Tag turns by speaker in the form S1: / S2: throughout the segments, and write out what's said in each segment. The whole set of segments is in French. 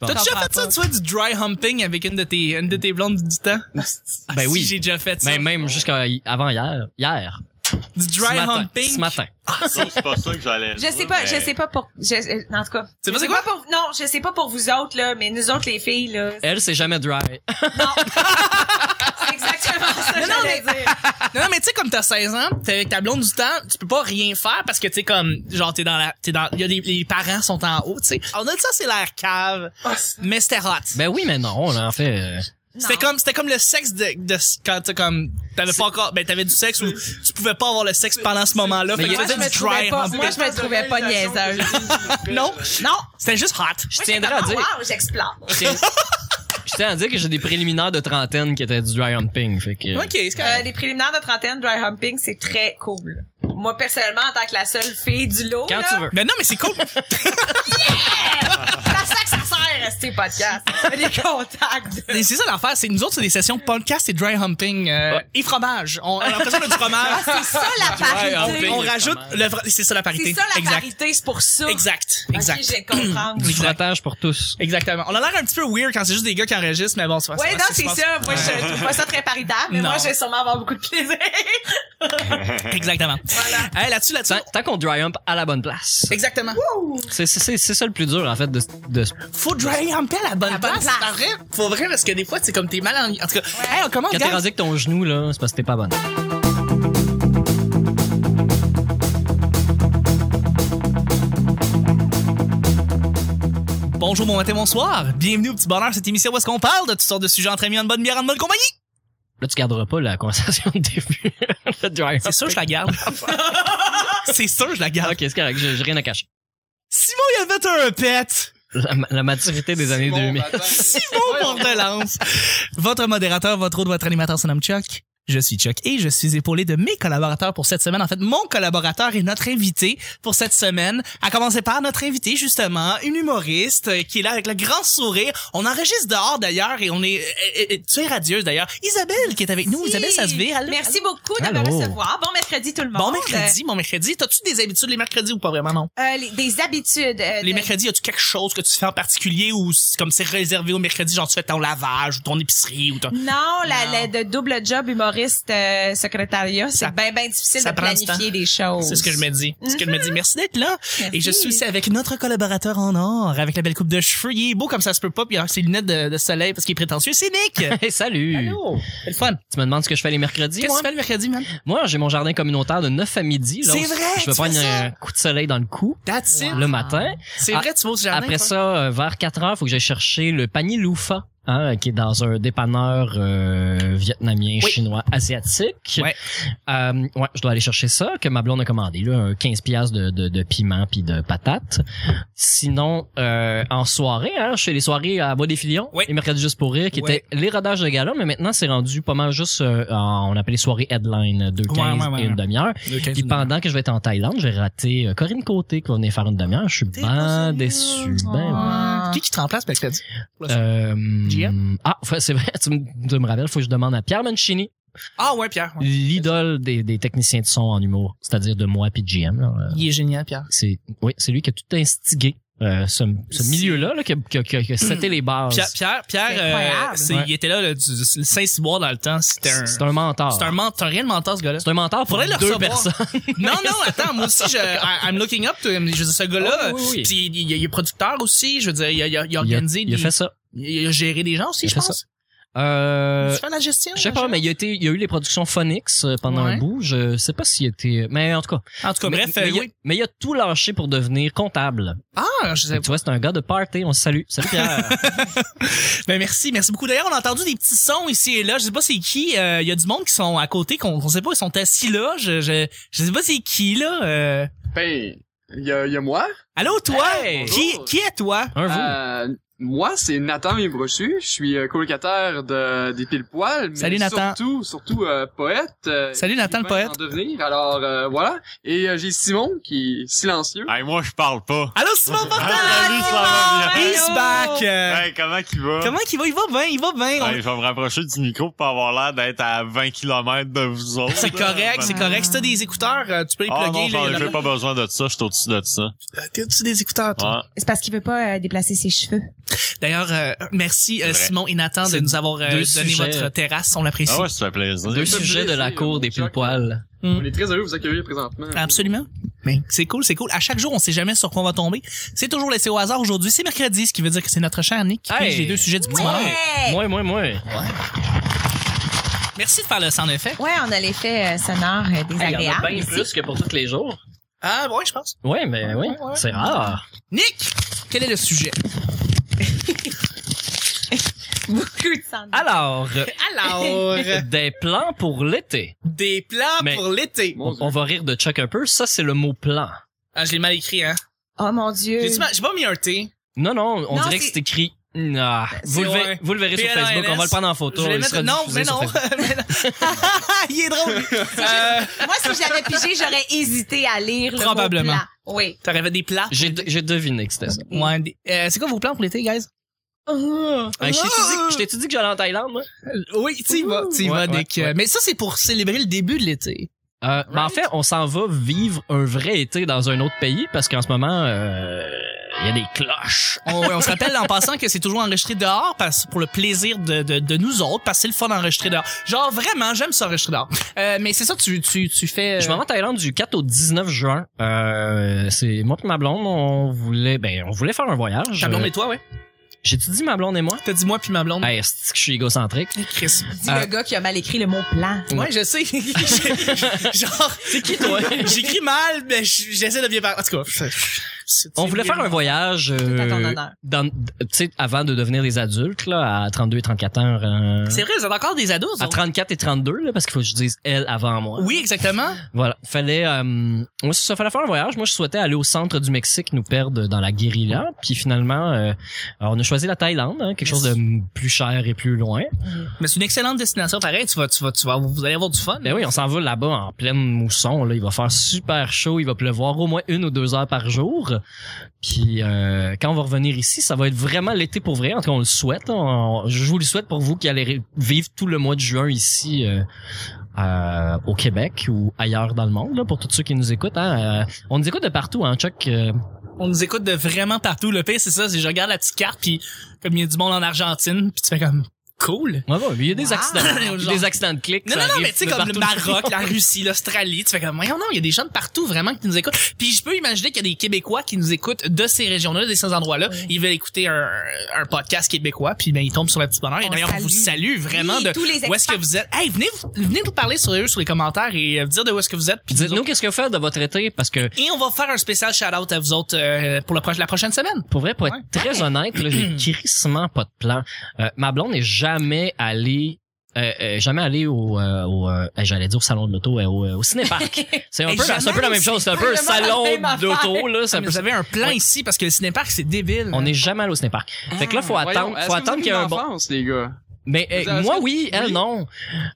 S1: T'as déjà fait ça, tu vois, du dry humping avec une de tes, une de tes blondes du temps? Ah,
S2: Ben
S1: Si,
S2: oui.
S1: J'ai déjà fait ça.
S2: Mais même jusqu'à avant hier. Hier.
S1: Du
S2: ce
S1: dry
S2: matin.
S1: humping.
S2: Ce matin.
S3: C'est pas ça que j'allais.
S4: Je sais pas, je sais pas pour, je, euh, en tout cas.
S1: sais pas c'est
S4: Je sais
S1: quoi?
S4: pour, non, je sais pas pour vous autres, là, mais nous autres, les filles, là.
S2: Elle, c'est jamais dry.
S4: C'est exactement ça que
S1: Non, non,
S4: j'allais dire.
S1: Non, non, mais tu sais, comme t'as 16 ans, t'es avec ta blonde du temps, tu peux pas rien faire parce que, tu sais, comme, genre, t'es dans la, t'es dans, y a des, les parents sont en haut, tu sais. On a dit ça, c'est l'air cave. Mais c'était hot.
S2: Ben oui, mais non, là, en fait. euh,
S1: C'était
S4: Non.
S1: comme, c'était comme le sexe de, de quand t'as comme, t'avais pas encore, ben t'avais du sexe ou tu pouvais pas avoir le sexe pendant ce moment-là.
S2: Mais
S1: Fait que
S2: il y a-
S1: c'était
S4: Moi, je
S1: du
S4: me trouvais
S1: dry
S4: pas,
S1: humping.
S4: moi, je me trouvais pas niaiseuse.
S1: Non, non, c'était juste hot.
S2: Je
S4: Moi,
S2: tiendrais
S4: j'étais
S2: à
S4: comme,
S2: dire.
S4: Wow, j'explore.
S2: Je tiens- je tiens à dire que j'ai des préliminaires de trentaine qui étaient du dry humping. Fait que.
S1: Ok, c'est
S4: Euh,
S1: correct.
S4: les préliminaires de trentaine, dry humping, c'est très cool. Moi, personnellement, en tant que la seule fille du lot,
S2: Quand
S4: là,
S2: tu veux.
S1: Ben non, mais c'est cool.
S4: c'est à ça que ça sert, rester podcast. les contacts.
S1: Mais c'est ça l'affaire, c'est nous autres, c'est des sessions podcast et dry humping euh, et fromage. On, on a l'impression de du fromage.
S4: C'est ça, la parité.
S2: humping.
S1: on
S2: le
S1: rajoute
S2: fromage.
S1: le vrai- c'est ça la parité.
S4: C'est ça, la
S1: exact.
S4: parité, c'est pour ça.
S1: Exact,
S4: Ok,
S1: exact.
S4: j'ai compris.
S2: Du
S1: Exact.
S2: frottage pour tous.
S1: Exactement. On a l'air un petit peu weird quand c'est juste des gars qui enregistrent, mais bon, c'est
S4: Ouais, non, c'est ça. Moi, je trouve pas ça très paritaire, mais
S1: Non.
S4: moi, je vais sûrement avoir beaucoup de plaisir.
S1: Exactement. Hey, là-dessus, là-dessus.
S2: Tant, tant qu'on dry hump à la bonne place.
S1: Exactement.
S2: C'est, c'est, c'est- c'est ça le plus dur, en fait, de, de
S1: Faut dry humper à la bonne
S4: La bonne
S1: place.
S4: place.
S1: Faut vrai, faut vrai, parce que des fois, c'est comme t'es mal en, en tout cas. Hey, on commence,
S2: quand t'es
S1: gars.
S2: rendu avec ton genou, là, c'est parce que t'es pas bonne.
S1: Bonjour, bon matin, bonsoir. Bienvenue au petit bonheur, cette émission où est-ce qu'on parle de toutes sortes de sujets entre amis, en bonne bière, en bonne compagnie.
S2: Là, tu garderas pas la conversation de début. le dry hump.
S1: C'est sûr, je la garde. c'est sûr, je la garde.
S2: Ok, c'est correct, j'ai, j'ai rien à cacher.
S1: Simon, il avait un pet.
S2: La, la maturité des années 2000.
S1: Simon Bordelance. Votre modérateur, votre autre, votre animateur se nomme Chuck. Je suis Chuck et je suis épaulé de mes collaborateurs pour cette semaine. En fait, mon collaborateur est notre invité pour cette semaine. À commencer par notre invité, justement, une humoriste euh, qui est là avec le grand sourire. On enregistre dehors, d'ailleurs, et on est... euh, euh, Tu es radieuse, d'ailleurs. Isabelle qui est avec nous. Isabelle, ça se vire. Allô?
S4: Merci beaucoup de me
S2: Allô.
S4: recevoir. Bon mercredi, tout le monde.
S1: Bon mercredi, bon mercredi. T'as-tu des habitudes les mercredis ou pas vraiment, non?
S4: Euh, les- des habitudes. euh,
S1: Les
S4: de-
S1: mercredis, as-tu quelque chose que tu fais en particulier ou c'est- comme c'est réservé au mercredi, genre tu fais ton lavage ou ton épicerie ou ton...
S4: Non, la,
S1: Non.
S4: la- de double job humoriste euh, secrétariat, c'est bien ben difficile
S1: ça
S4: de
S1: prend du
S4: planifier des choses.
S1: C'est ce que je me dis. C'est ce que je me dis. Merci d'être là.
S4: Merci.
S1: Et je suis aussi avec notre collaborateur en or, avec la belle coupe de cheveux. Il est beau comme ça se peut pas, puis il a ses lunettes de, de soleil parce qu'il est prétentieux. C'est Nick!
S2: Hey, salut!
S1: Allô? C'est le fun.
S2: Tu me demandes ce que je fais les mercredis,
S1: Qu'est-ce que
S2: moi?
S1: tu fais le mercredi, man?
S2: Moi, j'ai mon jardin communautaire de 9 à midi. Là,
S1: C'est
S2: où
S1: vrai,
S2: Je vais
S1: tu fais
S2: prendre
S1: ça?
S2: un coup de soleil dans le cou
S1: That's it.
S2: le matin.
S1: C'est
S2: Ah,
S1: vrai, tu vas au jardin.
S2: Après
S1: toi?
S2: ça, euh, vers 4 heures, faut que j'aille chercher le panier loufa, hein, qui est dans un dépanneur euh, vietnamien,
S1: Oui.
S2: chinois, asiatique.
S1: Ouais.
S2: Euh, ouais, je dois aller chercher ça, que ma blonde a commandé, là, un 15 piastres de, de, de piment puis de patates. Sinon, euh, en soirée, hein, je fais les soirées à Bois des Filions,
S1: Oui.
S2: les mercredis juste pour rire, qui
S1: Ouais.
S2: étaient les rodages de gala, mais maintenant c'est rendu pas mal juste, euh, en- on appelle les soirées headline, 2 15
S1: ouais, ouais,
S2: et une
S1: ouais.
S2: demi-heure. Puis pendant que je vais être en Thaïlande, j'ai raté euh, Corinne Côté qui va venir faire une demi-heure. Je suis
S1: T'es pas
S2: bien déçu. Ben, ouais.
S4: Ah.
S1: Qui qui te remplace mercredi?
S2: Euh,
S1: Gia?
S2: ah, ouais, c'est vrai, tu me, tu me rappelles, faut que je demande à Pierre Mancini,
S1: Ah ouais, Pierre. ouais.
S2: l'idole des, des techniciens de son en humour, c'est-à-dire de moi puis de GM. là. Euh,
S1: Il est génial, Pierre.
S2: C'est, oui, c'est lui qui a tout instigé euh, ce, ce milieu-là, là, qui a, qui a- qui a- qui a setté les bases.
S1: Pierre, Pierre, Pierre,
S4: C'est
S1: euh,
S4: incroyable.
S1: c'est- il était là, le, du- le Saint-Cyboire dans le temps. C'était un,
S2: c'est un mentor.
S1: c'est un mentor, rien de mentor, ce gars-là.
S2: C'est un mentor pour
S1: Faudrait le
S2: deux
S1: recevoir.
S2: personnes.
S1: Non, non, attends, moi aussi, je, I- I'm looking up to him. Je veux dire, ce gars-là,
S2: Oh, oui, oui.
S1: puis il, il- il est producteur aussi, je veux dire, il a, il a- il a
S2: Il a,
S1: organisé,
S2: il a
S1: des-
S2: fait ça.
S1: il a géré des gens
S2: il
S1: aussi,
S2: a
S1: je
S2: fait
S1: pense.
S2: Euh,
S1: tu fais de la gestion?
S2: je sais pas,
S1: genre?
S2: mais il a, été, il a eu les productions Phonics euh, pendant
S1: Ouais.
S2: un bout. Je sais pas s'il était... Mais en tout cas...
S1: En tout cas,
S2: mais,
S1: bref,
S2: mais
S1: euh,
S2: il a-
S1: oui.
S2: mais il a tout lâché pour devenir comptable.
S1: Ah, je sais
S2: Tu vois, c'est un gars de party. On se salue. Salut Pierre.
S1: Ben merci, merci beaucoup. D'ailleurs, on a entendu des petits sons ici et là. Je sais pas c'est qui. euh, Il y a du monde qui sont à côté, qu'on qu'on sait pas, ils sont assis là. Je, je, je sais pas c'est qui là. euh.
S5: Ben, il y, a- y a moi.
S1: Allô, toi?
S2: Hey!
S1: qui,
S5: Bonjour.
S1: qui est toi?
S2: un vous.
S5: Euh, moi, c'est Nathan Mébrochu. Je suis euh, colocataire de, des Pile-Poil. mais
S1: Salut, Nathan.
S5: Surtout, surtout euh, poète. euh,
S1: Salut, Nathan, le
S5: écrivain
S1: poète.
S5: En devenir. Alors, euh, voilà. Et euh, j'ai Simon qui est
S2: Ah.
S5: silencieux.
S3: Hey, moi, je parle pas.
S1: Allô, Simon
S3: Ah,
S1: Portal!
S3: salut, ça va bien.
S1: He's back! euh,
S3: Hey, comment Ah, qu'il va?
S1: Comment qu'il va? Il va bien, il va bien. On-
S3: Hey, je vais me rapprocher du micro pour pas avoir l'air d'être à 20 km de vous autres.
S1: C'est correct, c'est correct. Si t'as des écouteurs, euh, tu peux les
S3: Ah non,
S1: plugger.
S3: j'en
S1: les-
S3: ai j'ai pas besoin de ça, Ah, je suis au-dessus de ça.
S1: T'as-tu des écouteurs, toi?
S3: Ouais.
S4: C'est parce qu'il veut pas euh, déplacer ses cheveux.
S1: D'ailleurs, euh, merci euh,
S3: C'est vrai.
S1: Simon et Nathan de
S2: C'est
S1: nous avoir euh,
S2: deux
S1: donné
S2: sujets.
S1: votre terrasse. On l'apprécie.
S3: Ah ouais, ça fait plaisir.
S2: Deux
S5: ça,
S2: sujets de la
S5: c'est-
S2: cour des
S5: c'est-
S2: pile poils.
S5: On est très heureux de vous accueillir présentement.
S1: Absolument. Mais c'est cool, c'est cool. À chaque jour, on sait jamais sur quoi on va tomber. C'est toujours laissé au hasard. Aujourd'hui, c'est mercredi, ce qui veut dire que c'est notre cher Nick qui
S2: Hey.
S1: pige les deux sujets du petit bonheur.
S4: Ouais!
S2: Moi, moi, moi.
S1: Merci de faire le sans effet.
S4: Ouais, on a l'effet euh, sonore euh,
S2: Il y en a
S4: désagréable.
S2: bien
S4: ici.
S2: plus que pour tous les jours.
S1: Ah, ouais, je pense.
S2: Oui, mais oui, c'est rare.
S1: Nick, quel est le sujet?
S4: Beaucoup de sonore.
S2: Alors, euh,
S1: Alors,
S2: des plans pour l'été.
S1: des plans
S2: Mais-
S1: pour l'été.
S5: Mon
S2: On,
S5: Dieu.
S2: on va rire de Chuck un peu. Ça, c'est le mot plan.
S1: Ah, je l'ai mal écrit, hein.
S4: Oh mon dieu.
S1: J'ai-tu mal- J'ai pas mis un T.
S2: Non, non, on
S4: Non,
S2: dirait que
S4: c'est-
S2: c'est écrit. Ah, vous, le
S1: ouais.
S2: verrez, vous le verrez sur
S1: PLNS.
S2: Facebook. On va le prendre en photo.
S1: je vais
S2: il
S1: mettre...
S2: sera
S1: Non,
S2: diffusé
S1: mais
S2: sur
S1: non.
S2: Facebook.
S1: mais non. Il est drôle. lui. Euh,
S4: Moi, si j'avais pigé, j'aurais hésité à lire le mot
S1: Probablement.
S4: plat. Oui.
S1: T'aurais fait des plats.
S2: J'ai j'ai deviné que c'était ça.
S1: Ouais, des- euh, c'est quoi vos plans pour l'été, guys? Ah.
S2: Hey, je t'ai-tu dit- je t'ai-tu dit que j'allais en Thaïlande, moi?
S1: Oui, tu y vas, tu y
S2: Ouais,
S1: vas,
S2: ouais,
S1: Nick. Euh,
S2: ouais.
S1: Mais ça, c'est pour célébrer le début de l'été.
S2: Euh, ben, en fait, on s'en va vivre un vrai été dans un autre pays parce qu'en ce moment, euh, il y a des cloches.
S1: On, Oh, on se rappelle en passant que c'est toujours enregistré dehors parce, pour le plaisir de, de, de nous autres, parce que c'est le fun d'enregistrer dehors. Genre, vraiment, j'aime ça enregistrer dehors. Euh, mais c'est ça, tu, tu, tu fais... euh,
S2: Je m'en vais en Thaïlande du 4 au 19 juin. Euh, c'est moi et ma blonde, on voulait, ben, on voulait faire un voyage.
S1: ta blonde
S2: Euh,
S1: et toi, ouais.
S2: J'ai-tu dit ma blonde et moi?
S1: T'as dit moi puis ma blonde.
S2: Hey, c'est que je suis égocentrique.
S1: Chris.
S4: Dis
S2: Euh,
S4: le gars qui a mal écrit le mot plat.
S1: Ouais, je sais. Genre,
S2: C'est qui, toi?
S1: j'écris mal, mais j- j'essaie de bien parler. En tout cas, c'est-
S2: On voulait faire un voyage
S4: Tout à ton
S2: euh,
S4: honneur.
S2: dans- tu sais, avant de devenir des adultes là, à 32 et 34 ans. euh,
S1: C'est vrai, vous êtes encore des ados.
S2: à
S1: vous
S2: 34 et 32 là, parce qu'il faut que je dise elle avant moi.
S1: autres? Oui, exactement.
S2: Voilà, fallait euh, ouais, c'est ça fallait faire un voyage. Moi je souhaitais aller au centre du Mexique nous perdre dans la guérilla, puis finalement euh, alors, on a choisi la Thaïlande, hein, quelque chose de plus cher et plus loin.
S1: Mais c'est une excellente destination, pareil. Tu vas, tu vas, tu vas, vous allez avoir du fun. hein.
S2: Ben oui, on s'en va là-bas en pleine mousson. Là, il va faire super chaud, il va pleuvoir au moins une ou deux heures par jour. Puis euh, quand on va revenir ici, ça va être vraiment l'été pour vrai. En tout cas, on le souhaite. là. On- je vous le souhaite pour vous qui allez ré- vivre tout le mois de juin ici euh, euh, au Québec ou ailleurs dans le monde. Là, pour tous ceux qui nous écoutent, hein. Euh, on nous écoute de partout. Hein, Chuck, Euh,
S1: On nous écoute de vraiment partout. Le pire, c'est ça, c'est je regarde la petite carte, puis comme il y a du monde en Argentine, puis tu fais comme cool.
S2: ouais, ouais, il y a des
S4: Wow.
S2: accidents, il y a des accidents de clics.
S1: Ah! Non,
S2: ça
S1: non, non,
S2: arrive
S1: mais tu sais,
S2: de
S1: comme le
S2: partout.
S1: Maroc, la Russie, l'Australie, tu fais comme, voyons, non, il y a des gens de partout vraiment qui nous écoutent. Puis je peux imaginer qu'il y a des Québécois qui nous écoutent de ces régions-là, de ces endroits-là. Ils veulent écouter un, un podcast québécois, puis ben, ils tombent sur la petite bonheur. Et
S4: On
S1: d'ailleurs, on vous salue vraiment
S4: Oui,
S1: de
S4: tous les
S1: où est-ce que
S4: expats.
S1: vous êtes. Hey, venez, vous- venez nous parler sur eux, sur les commentaires et euh, dire de où est-ce que vous êtes.
S2: Puis dites-nous qu'est-ce que vous faites de votre été parce que
S1: Et on va faire un spécial shout-out à vous autres euh, pour le proche- la prochaine semaine.
S2: Pour vrai, pour être très honnête, là, j'ai crissement pas de plan. Euh, ma blonde n'est jamais allée euh, euh, jamais allée au, euh, au euh, j'allais dire au salon de l'auto euh, au, euh, au cinéparc. C'est un
S1: Et
S2: peu la- c'est un peu la
S1: jamais,
S2: même chose, c'est un
S4: c'est
S2: peu un salon
S4: vraiment la même
S2: d'auto là, Ah, c'est un
S1: Mais
S2: peu
S1: vous
S2: ça.
S1: avez un plan
S2: Ouais.
S1: ici parce que le cinéparc c'est débile.
S2: On n'est jamais allé au cinéparc. Fait que là faut
S5: Ah, Voyons,
S2: attendre,
S5: est-ce
S2: faut
S5: que
S2: attendre
S5: vous
S2: qu'il y ait
S5: avez
S2: un
S5: une
S2: bon
S5: enfance, les gars.
S2: Mais euh,
S5: Vous avez-
S2: moi
S5: est-ce que-
S2: oui, elle
S5: oui?
S2: non.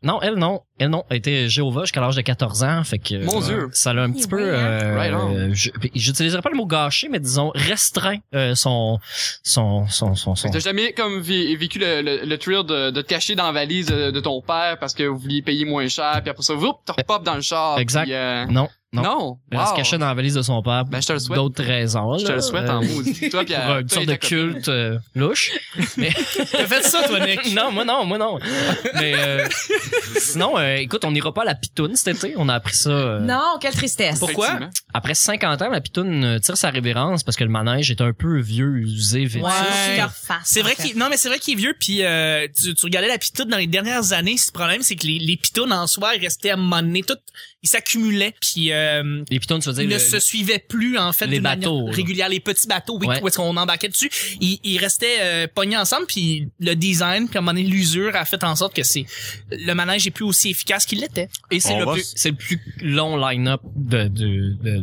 S2: Non, elle non. Elle non, elle était Jéhovah jusqu'à l'âge de 14 ans, fait que euh,
S5: Mon Dieu.
S2: ça l'a un petit
S4: Oui,
S2: peu
S4: oui, hein.
S2: euh,
S5: Right on.
S2: euh, je- j'utiliserai pas le mot gâché mais disons restreint euh, son son son son, son
S5: T'as jamais comme vi- vécu le, le, le thrill de, de te cacher dans la valise euh, de, de ton père parce que vous vouliez payer moins cher, puis après ça, vous, t'en repopes dans le char.
S2: Eh. Exact.
S5: puis, euh,
S2: Non, non.
S5: Non.
S2: Elle
S5: Wow.
S2: se cachait dans la valise de son père.
S5: Ben, je te le
S2: pour
S5: souhaite.
S2: D'autres raisons.
S5: Je
S2: là.
S5: te le souhaite en
S2: Euh,
S5: maudit. Toi, puis
S2: pour,
S5: à-
S2: euh, une
S5: toi
S2: sorte
S5: et
S2: de
S5: ta copine.
S2: culte euh, louche.
S1: T'as fait ça, toi, Nick?
S2: non, moi non, moi non. Mais euh, sinon, euh, écoute, on n'ira pas à la pitoune cet été. On a appris ça. euh,
S4: Non, quelle tristesse.
S1: Pourquoi?
S5: Effectivement.
S2: Après 50 ans, la pitoune euh, tire sa révérence parce que le manège est un peu vieux, usé, vécu.
S1: Ouais.
S4: Tu leur fasses,
S1: C'est
S4: en
S1: vrai
S4: fait.
S1: qu'il non mais c'est vrai qu'il est vieux puis euh, tu, tu regardais la pitoune dans les dernières années ce problème c'est que les, les pitounes en soi ils restaient à un moment donné tout ils s'accumulaient puis euh,
S2: Les pitounes, tu veux dire
S1: ils ne
S2: le-
S1: se suivaient plus en fait
S2: les
S1: d'une manière
S2: bateaux, là.
S1: régulière les petits bateaux oui
S2: Ouais.
S1: où est-ce qu'on embarquait dessus ils, ils restaient euh, pognés ensemble puis le design puis à un moment donné l'usure a fait en sorte que c'est le manège est plus aussi efficace qu'il l'était
S2: Et c'est
S3: On
S2: le,
S3: va
S2: plus,
S3: s-
S2: c'est le plus long line-up de, de, de-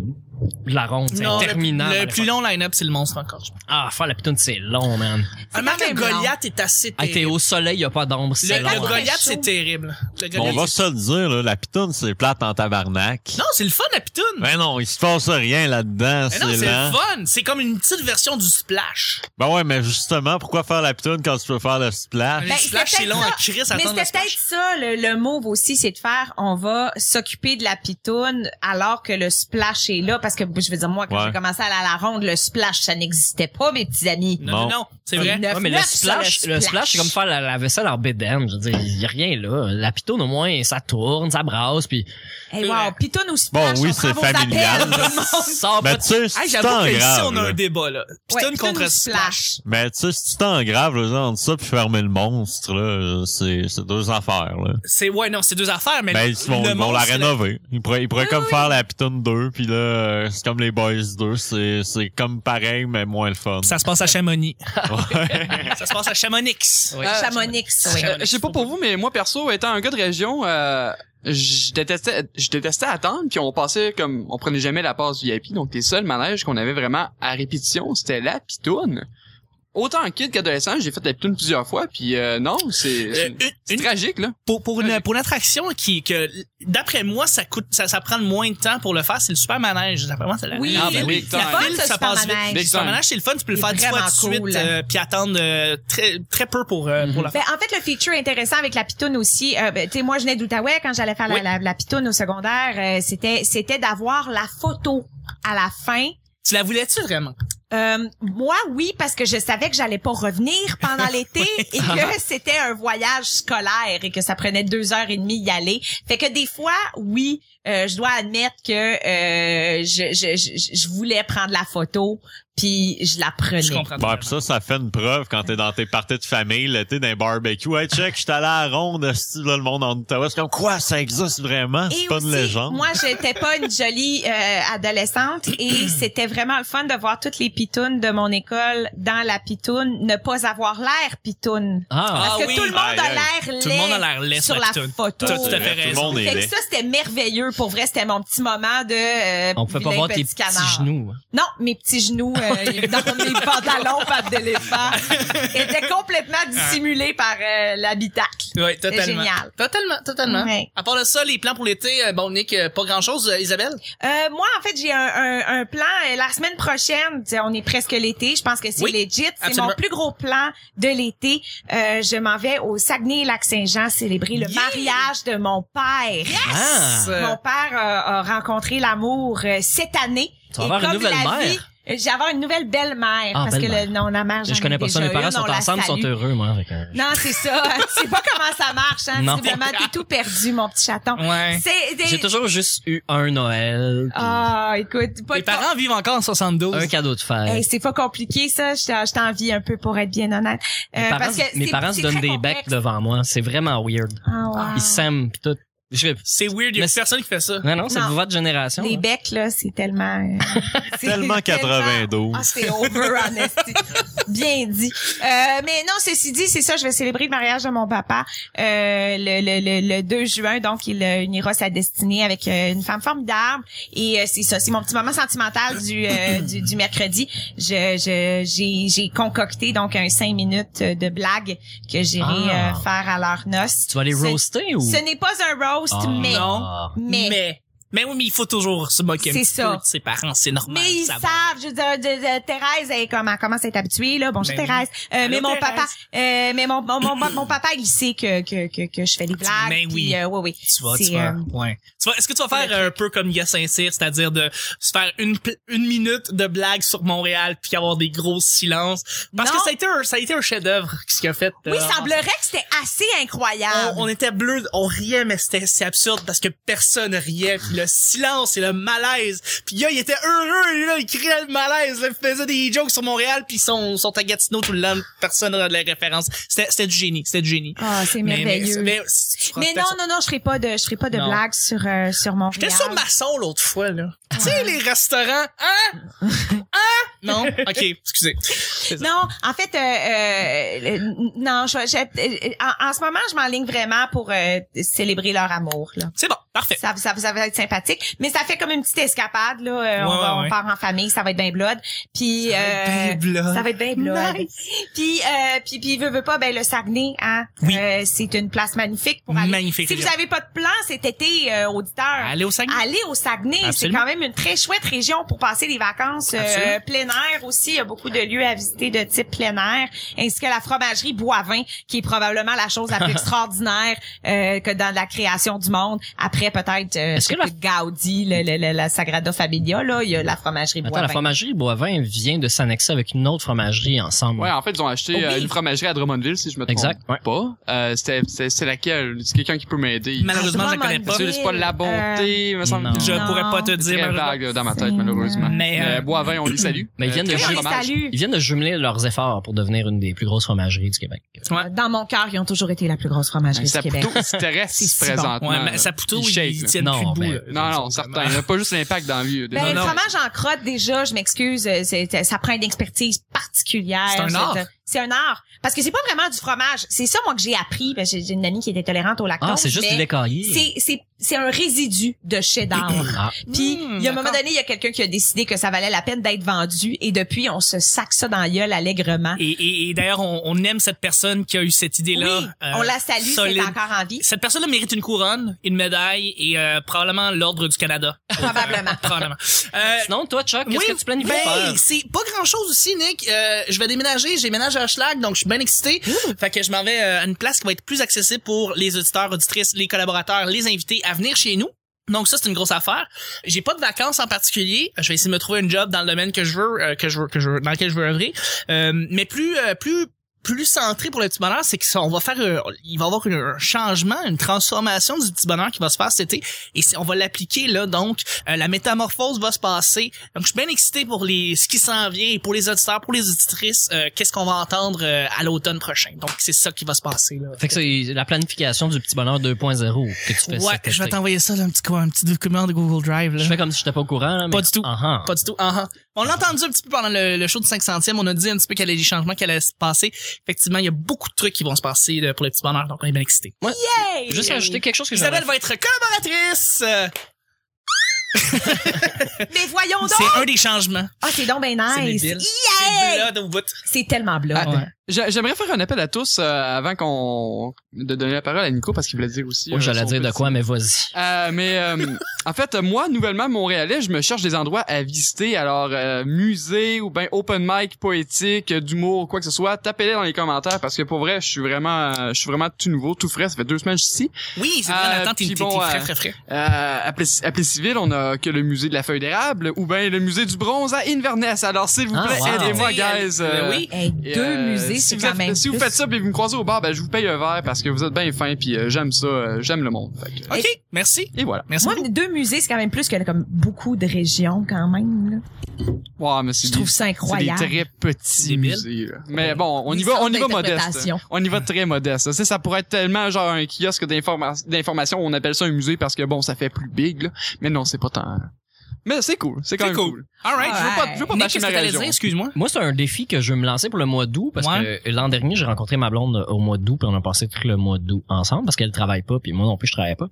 S2: de la ronde. C'est
S1: Non, le-
S2: interminable.
S1: le, plus long line-up c'est le monstre encore je pense.
S2: Ah, faire la pitoune, c'est long, man.
S1: un
S4: quand
S1: match de
S4: même
S1: Goliath est assez
S2: Hey, t'es
S1: terrible.
S2: au soleil, y a pas d'ombre,
S1: Le,
S2: c'est long.
S1: le
S4: long, hein.
S1: Goliath,
S4: Chaud.
S1: c'est terrible. Le
S3: On
S1: Goliath,
S3: va
S1: c'est-
S3: se le dire, là, la pitoune, c'est plate en tabarnak.
S1: Non, c'est le fun, la pitoune.
S3: Ben non, il se passe rien là-dedans,
S1: Mais non,
S3: c'est
S1: c'est le
S3: lent.
S1: fun. C'est comme une petite version du splash.
S3: Ben ouais, mais justement, pourquoi faire la pitoune quand tu peux faire le splash?
S1: le
S4: c'est
S1: splash, c'est
S4: peut-être
S1: long
S4: Ben, ça.
S1: à Chris
S4: Mais
S1: attendre le
S4: c'était peut-être
S1: splash.
S4: ça, le, le move aussi, c'est de faire, on va s'occuper de la pitoune alors que le splash est là. parce que je veux dire, moi, quand
S3: Ouais.
S4: j'ai commencé à aller à la ronde, le splash, ça n'existait pas, mes petits amis.
S1: Non, non,
S3: Non.
S1: non, c'est vrai.
S4: Neuf,
S2: Ouais, mais le
S4: neuf, ça,
S2: splash, le splash, c'est comme faire la, la vaisselle en bédaine. Je veux dire, il y a rien là. La pitone, au moins, ça tourne, ça brasse, puis
S4: Hey, Eh, wow, Pitoun ou
S3: Bon,
S4: splash,
S3: oui,
S4: on
S3: c'est
S4: prend vos
S3: familial.
S4: appels, tout le monde.
S2: sort pas
S3: Ben, tu sais,
S1: Hey,
S3: c'est
S1: j'avoue
S3: tant
S1: que ici,
S3: grave.
S1: on a
S3: là.
S1: un débat, là.
S4: Ouais,
S1: Piton
S4: Pitoun ou
S1: contre Splash.
S4: splash.
S3: Mais Ben, tu sais, si tant grave, là, entre ça puis fermer le monstre, là, c'est, c'est deux affaires, là.
S1: C'est, ouais, non, c'est deux affaires, mais.
S3: Ben,
S1: le-
S3: ils vont,
S1: le
S3: ils vont la
S1: monstre-
S3: rénover. Ils pourraient, ils pourraient
S4: Ah
S3: comme faire la Python 2, puis là, euh, c'est comme les Boys 2, c'est, c'est comme pareil, mais moins le fun.
S1: Ça se passe à Chamonix.
S3: Ouais.
S1: ça se passe à Chamonix.
S2: Ouais.
S5: Euh,
S4: Chamonix, oui.
S5: Euh, je sais pas pour vous, mais moi perso, étant un gars de région, euh, je détestais, je détestais attendre. Puis on passait comme, on prenait jamais la passe VIP. Donc les seuls manèges qu'on avait vraiment à répétition, c'était la pitoune. Autant en kid qu'adolescent, j'ai fait la pitoune plusieurs fois. Puis euh, non, c'est
S1: Euh,
S5: c'est-
S1: une-
S5: c'est
S1: une-
S5: tragique là.
S1: pour pour une pour une attraction qui que d'après moi ça coûte ça ça prend moins de temps pour le faire c'est le super manège d'après moi c'est la
S4: Oui,
S5: Ah, ben oui,
S1: la
S5: Fun,
S1: file,
S4: ce
S1: ça passe
S4: super
S1: vite
S4: manège.
S1: le super manège c'est le fun tu peux le
S4: Il est
S1: faire dix fois de
S4: vraiment
S1: suite
S4: cool.
S1: euh, puis attendre euh, très très peu pour euh, pour la
S4: Ben, en fait, le feature intéressant avec la pitoune aussi, euh, ben, tu sais, moi, je venais d'Outaouais, quand j'allais faire la,
S5: Oui.
S4: la, la pitoune au secondaire, euh, c'était, c'était d'avoir la photo à la fin.
S1: tu la voulais tu vraiment
S4: Euh, moi, oui, parce que je savais que j'allais pas revenir pendant l'été et que c'était un voyage scolaire et que ça prenait deux heures et demie y aller. Fait que des fois, oui, euh, je dois admettre que euh, je, je, je, je voulais prendre la photo puis je la prenais.
S1: je comprends
S3: Bon,
S1: totalement.
S3: pis Ben, ça, ça fait une preuve quand t'es dans tes parties de famille, là, t'es dans un barbecue. Hey, check, j'étais allé à la ronde, style, là, le monde en Ottawa. C'est comme, quoi, ça existe vraiment? C'est
S4: Et
S3: pas une
S4: aussi,
S3: légende.
S4: Moi, j'étais pas une jolie euh, adolescente et c'était vraiment le fun de voir toutes les pitounes de mon école dans la pitoune, ne pas avoir l'air pitoune.
S2: Ah,
S4: Parce
S1: Ah
S4: que
S1: oui.
S4: tout le monde
S3: Aïe,
S4: a
S3: aïe.
S4: l'air laid.
S1: tout le monde a l'air laid sur
S4: sur la
S1: pitoune.
S4: photo.
S1: T'as tout à fait
S3: Tout le
S1: raison
S3: monde est
S4: Fait que
S3: laid.
S4: ça, c'était merveilleux. Pour vrai, c'était mon petit moment de euh,
S2: on peut pas
S4: vilain
S2: voir tes
S4: petit
S2: petits
S4: canard.
S2: genoux. hein.
S4: Non, mes petits genoux euh, dans mes pantalons pattes d'éléphant étaient complètement dissimulés par euh, l'habitacle.
S1: ouais totalement
S4: génial.
S1: totalement totalement
S4: Ouais.
S1: à part de ça les plans pour l'été euh, bon Nick euh, pas grand chose Isabelle
S4: Euh, moi, en fait, j'ai un, un, un plan euh, la semaine prochaine. tu sais, On est presque l'été. Je pense que c'est
S1: Oui,
S4: legit. C'est
S1: absolument.
S4: mon plus gros plan de l'été. Euh, je m'en vais au Saguenay-Lac-Saint-Jean célébrer le
S1: Yeah!
S4: mariage de mon père.
S2: Ah!
S1: Euh,
S4: Mon père euh, a rencontré l'amour euh, cette année.
S2: Tu vas
S4: Et
S2: avoir une
S4: comme
S2: nouvelle
S4: la
S2: mère.
S4: vie- euh, J'ai avoir une nouvelle belle-mère
S2: Ah,
S4: parce
S2: belle-mère.
S4: que le, non, la mère, j'en
S2: Ah, Je connais
S4: ai
S2: pas ça.
S4: déjà
S2: Mes parents
S4: une, on
S2: sont
S4: la
S2: ensemble,
S4: salue.
S2: sont heureux, moi, avec un...
S4: Non, c'est ça. Tu sais pas comment ça marche. Hein.
S2: Non.
S4: Visiblement, t'es tout perdu, mon petit chaton.
S1: ouais
S4: C'est des-
S2: J'ai toujours juste eu un Noël, puis
S4: Ah, écoute, pas
S1: les
S4: de pas-
S1: parents vivent encore en 72
S2: un cadeau de fête.
S4: Hey, c'est pas compliqué ça, je t'en- je t'envie un peu pour être bien honnête. Euh,
S2: mes parents,
S4: parce que
S2: mes
S4: c'est-
S2: parents se
S4: c'est
S2: donnent
S4: très
S2: des
S4: complexe.
S2: becs devant moi. C'est vraiment weird.
S4: Ah, wow.
S2: Ils s'aiment, pis tout. Je...
S1: c'est weird il y a
S2: Mais c'est-
S1: personne qui fait ça
S2: Non, non, c'est
S4: Non.
S2: votre génération.
S4: Les
S2: hein.
S4: becs là, c'est tellement euh, c'est
S3: Tellement 92.
S4: Ah, c'est over honesty. Bien dit. Euh, mais non, ceci dit, c'est ça, je vais célébrer le mariage de mon papa euh, le, le, le, le 2 juin, donc il euh, unira sa destinée avec euh, une femme formidable. Et euh, c'est ça, c'est mon petit moment sentimental du, euh, du, du mercredi. Je, je, j'ai, j'ai concocté donc un 5 minutes euh, de blague que j'irai
S2: Ah.
S4: euh, faire à leur noce.
S2: Tu vas les
S4: Ce-
S2: roaster ou?
S4: Ce n'est pas un roast,
S2: Ah.
S4: mais,
S1: Non.
S4: mais
S1: mais mais oui mais il faut toujours se moquer un
S4: C'est
S1: petit
S4: ça.
S1: peu de ses parents c'est normal
S4: Mais ils
S1: ça va.
S4: savent, je veux dire, de- de- Thérèse, elle, comme, elle commence à être habituée, là. Bonjour,
S1: Ben oui.
S4: Thérèse. Euh, mais
S1: Allô,
S4: mon
S1: Thérèse.
S4: papa, euh, mais mon, mon, mon, mon- mon papa, il sait que, que, que, que je fais des blagues.
S1: Ben oui.
S4: puis, euh, oui, oui.
S1: Tu vas, tu
S4: C'est,
S1: vas,
S4: euh,
S1: ouais. Tu vas, est-ce que tu vas faire un peu comme Guy Saint-Cyr, c'est-à-dire de se faire une, pl- une minute de blague sur Montréal puis avoir des gros silences? Parce
S4: Non.
S1: que ça a été un, ça a été un chef-d'œuvre, ce qu'il a fait.
S4: Oui,
S1: euh,
S4: il semblerait que c'était assez incroyable.
S1: on, on était bleus, on riait, mais c'était, c'est absurde parce que personne riait puis le silence et le malaise. Puis là, il était heureux, là, il criait le malaise, là, il faisait des jokes sur Montréal puis ils sont, sont à Gatineau tout le long, personne n'a les références. C'était, c'était du génie, c'était du génie.
S4: Ah, c'est
S1: Mais- mais-
S4: merveilleux. Mais,
S1: mais- tu feras
S4: non,
S1: peut-être-
S4: non, non, je ferai pas de, je ferai pas de
S1: Non.
S4: blagues sur, euh, sur mon
S1: J'étais sur Masson l'autre fois, là. Tu sais, les restaurants, hein? Hein? Non? OK, excusez.
S4: Non, en fait, euh, euh, euh, non, je, je- euh, en, en ce moment, je m'enligne vraiment pour euh, célébrer leur amour. Là.
S1: C'est bon, parfait.
S4: Ça, ça, ça va être sympathique, mais ça fait comme une petite escapade là. Euh, on,
S1: Ouais,
S4: va-
S1: ouais,
S4: on
S1: ouais.
S4: part en famille, ça va être bien blood. Puis euh, ça va être bien blood. Puis, euh, puis, puis, veut, veut pas, ben, le Saguenay, hein.
S1: Oui.
S4: euh, c'est une place magnifique pour aller.
S1: Magnifique.
S4: Si vous avez pas de plan cet été, euh, auditeur,
S1: Allez au Saguenay.
S4: allez au Saguenay. C'est
S1: Absolument.
S4: quand même une très chouette région pour passer des vacances euh,
S1: Absolument.
S4: plein air aussi. Il y a beaucoup de lieux à visiter de type plein air, ainsi que la fromagerie Boivin, qui est probablement la chose la plus extraordinaire euh, que dans la création du monde après après peut-être euh,
S2: Est-ce que la-
S4: Gaudi, le- le- le- la Sagrada Familia, là, il y a la fromagerie
S2: Attends, la
S4: Boivin.
S2: fromagerie Boivin vient de s'annexer avec une autre fromagerie ensemble.
S5: Ouais, en fait, ils ont acheté
S1: Oh,
S5: euh,
S1: oui.
S5: une fromagerie à Drummondville, si je me trompe
S2: Exact, ouais.
S5: pas. Euh, c'était- c'était- c'est laquelle? C'est quelqu'un qui peut m'aider?
S4: Ah,
S1: Malheureusement, je la connais pas.
S5: Parce que c'est pas de
S4: euh,
S5: la bonté, me semble.
S2: non.
S1: Je
S4: Non.
S1: pourrais pas te
S5: C'est
S1: dire.
S5: très
S1: malheureusement.
S5: vague là, dans ma tête,
S4: C'est-
S5: malheureusement.
S1: Mais, euh,
S5: Euh, Boivin, on les salue.
S2: Mais ils
S5: Euh,
S2: viennent de
S5: très
S4: Oui,
S5: bon
S4: on les
S5: fromage.
S4: salue.
S2: Ils viennent de jumeler leurs efforts pour devenir une des plus grosses fromageries du Québec.
S1: Ouais.
S4: Dans mon cœur, ils ont toujours été la plus grosse fromagerie du
S5: Ça
S4: Québec.
S5: plutôt stresse
S4: C'est si bon.
S5: présentement.
S1: Ouais, mais
S5: là.
S1: ça poutre,
S5: Il
S1: ils,
S5: shake,
S1: ils
S5: là.
S1: tiennent
S2: Non,
S1: plus debout.
S2: ben,
S1: là.
S5: Non, non, certain. Il n'y a pas juste l'impact dans la vie.
S4: Ben,
S5: désolé.
S4: le
S1: non.
S4: fromage en crotte, déjà, je m'excuse, euh, c'est- euh, ça prend une expertise particulière.
S1: C'est un art.
S4: euh, C'est un art. Parce que c'est pas vraiment du fromage. C'est ça, moi, que j'ai appris. parce que J'ai une amie qui était tolérante au lactose.
S2: Ah, c'est juste
S4: mais
S2: du lait caillé.
S4: c'est, c'est, c'est un résidu de cheddar.
S2: Ah,
S4: Puis,
S1: Mmh,
S4: il y a un moment
S1: d'accord.
S4: donné, il y a quelqu'un qui a décidé que ça valait la peine d'être vendu. Et depuis, on se sac ça dans la gueule allègrement.
S1: Et, et- et d'ailleurs, on, on aime cette personne qui a eu cette idée-là.
S4: oui,
S1: euh,
S4: on la salue, c'est
S1: solide.
S4: encore en vie.
S1: Cette personne-là mérite une couronne, une médaille et euh, probablement l'ordre du Canada.
S4: Probablement.
S1: probablement. Euh,
S2: Sinon, toi, Chuck, qu'est-ce
S1: oui,
S2: que tu planifies
S1: ben,
S2: faire?
S1: c'est pas grand-chose aussi, Nick. Euh, je vais déménager, j'ai ménagé à Schlag, donc je suis bien excité. Fait que je m'en vais euh, à une place qui va être plus accessible pour les auditeurs, auditrices, les collaborateurs, les invités à venir chez nous. Donc ça c'est une grosse affaire. J'ai pas de vacances en particulier. Je vais essayer de me trouver une job dans le domaine que je veux, euh, que je veux, que je veux, dans lequel je veux œuvrer. Euh, mais plus, euh, plus, plus centré pour le petit bonheur, c'est qu'on va faire, euh, il va y avoir un un changement, une transformation du petit bonheur qui va se faire cet été. Et c'est- on va l'appliquer là, donc euh, la métamorphose va se passer. Donc je suis bien excité pour les, ce qui s'en vient et pour les auditeurs, pour les auditrices, euh, qu'est-ce qu'on va entendre euh, à l'automne prochain. Donc c'est ça qui va se passer là.
S2: Fait que c'est la planification du petit bonheur 2.0 que tu fais
S1: Ouais,
S2: cet
S1: je vais
S2: été.
S1: t'envoyer ça, là, un petit quoi, un petit document de Google Drive. Là.
S2: Je fais comme si j'étais pas au courant. là,
S1: Pas
S2: mais-
S1: du tout.
S2: Ah, ah.
S1: Pas du tout. Ah, ah. On l'a entendu un petit peu pendant le, le show du 500e. On a dit un petit peu quel est les changements qui allaient se passer. Effectivement, il y a beaucoup de trucs qui vont se passer là, pour le petit bonheur, donc on est bien excités.
S4: Hey!
S2: Juste ajouter quelque chose que j'avais
S1: Isabelle va être collaboratrice. Euh,
S4: Mais voyons donc!
S1: C'est un des changements.
S4: Ah, c'est donc ben
S1: C'est
S4: nice!
S1: débile.
S4: Hey!
S1: C'est blood au bout.
S4: C'est tellement blanc.
S5: Ah, J'a- J'aimerais faire un appel à tous euh, avant qu'on de donner la parole à Nico parce qu'il voulait dire aussi.
S2: Moi, Oh,
S5: euh,
S2: j'allais
S5: son
S2: dire de
S5: petit-
S2: quoi, mais vas-y.
S5: Euh, mais euh, en fait, euh, moi, nouvellement montréalais, je me cherche des endroits à visiter. Alors, euh, musée ou ben open mic poétique, euh, d'humour, quoi que ce soit, tapez-les dans les commentaires parce que pour vrai, je suis vraiment, euh, je suis vraiment tout nouveau, tout frais. Ça fait deux semaines que je suis ici.
S1: Oui, c'est
S5: Euh,
S1: vrai, Nathan, t'es
S5: puis
S1: t'es-
S5: bon,
S1: t'es frais,
S5: euh,
S1: frais, frais.
S5: Euh, à Plessis- à Plessisville, on a que le musée de la feuille d'érable ou ben le musée du bronze à Inverness. Alors, s'il vous
S2: Ah,
S5: plaît,
S2: wow.
S5: aidez-moi,
S1: T'es allé-
S5: guys. euh,
S1: oui.
S4: Hey,
S5: et,
S4: Ben deux
S5: euh,
S4: musées,
S5: si
S4: c'est
S5: vous
S4: quand
S5: êtes-
S4: même.
S5: Si vous
S4: plus.
S5: faites ça et vous me croisez au bar, ben je vous paye un verre parce que vous êtes bien fin puis euh, j'aime ça, euh, j'aime le monde. Fait que- euh,
S1: OK, merci.
S5: et voilà.
S1: Merci
S4: Moi,
S1: beaucoup.
S4: deux musées, c'est quand même plus que comme beaucoup de régions quand même. là.
S5: Wow, mais c'est
S4: Je trouve ça
S5: C'est des
S4: incroyable.
S5: très petits
S1: Débile.
S5: musées. là. Mais bon, on
S4: Des
S5: y va, on y va
S4: centres
S5: modeste.
S4: d'interprétation.
S5: On y va très modeste. Ça, ça pourrait être tellement genre un kiosque d'informa- d'information. On appelle ça un musée parce que bon, ça fait plus big. Là. Mais non, c'est pas tant. Mais c'est cool. C'est quand
S1: C'est
S5: même
S1: cool.
S5: cool.
S1: All
S5: Hey,
S1: right.
S5: Je veux pas, je veux pas
S1: Nick,
S5: bâcher
S1: qu'est-ce
S5: ma
S1: que t'allais
S5: région.
S1: dire? Excuse-moi.
S2: Moi, c'est un défi que je vais me lancer pour le mois d'août parce
S1: Ouais.
S2: que l'an dernier, j'ai rencontré ma blonde au mois d'août puis on a passé tout le mois d'août ensemble parce qu'elle travaille pas puis moi non plus, je travaille pas.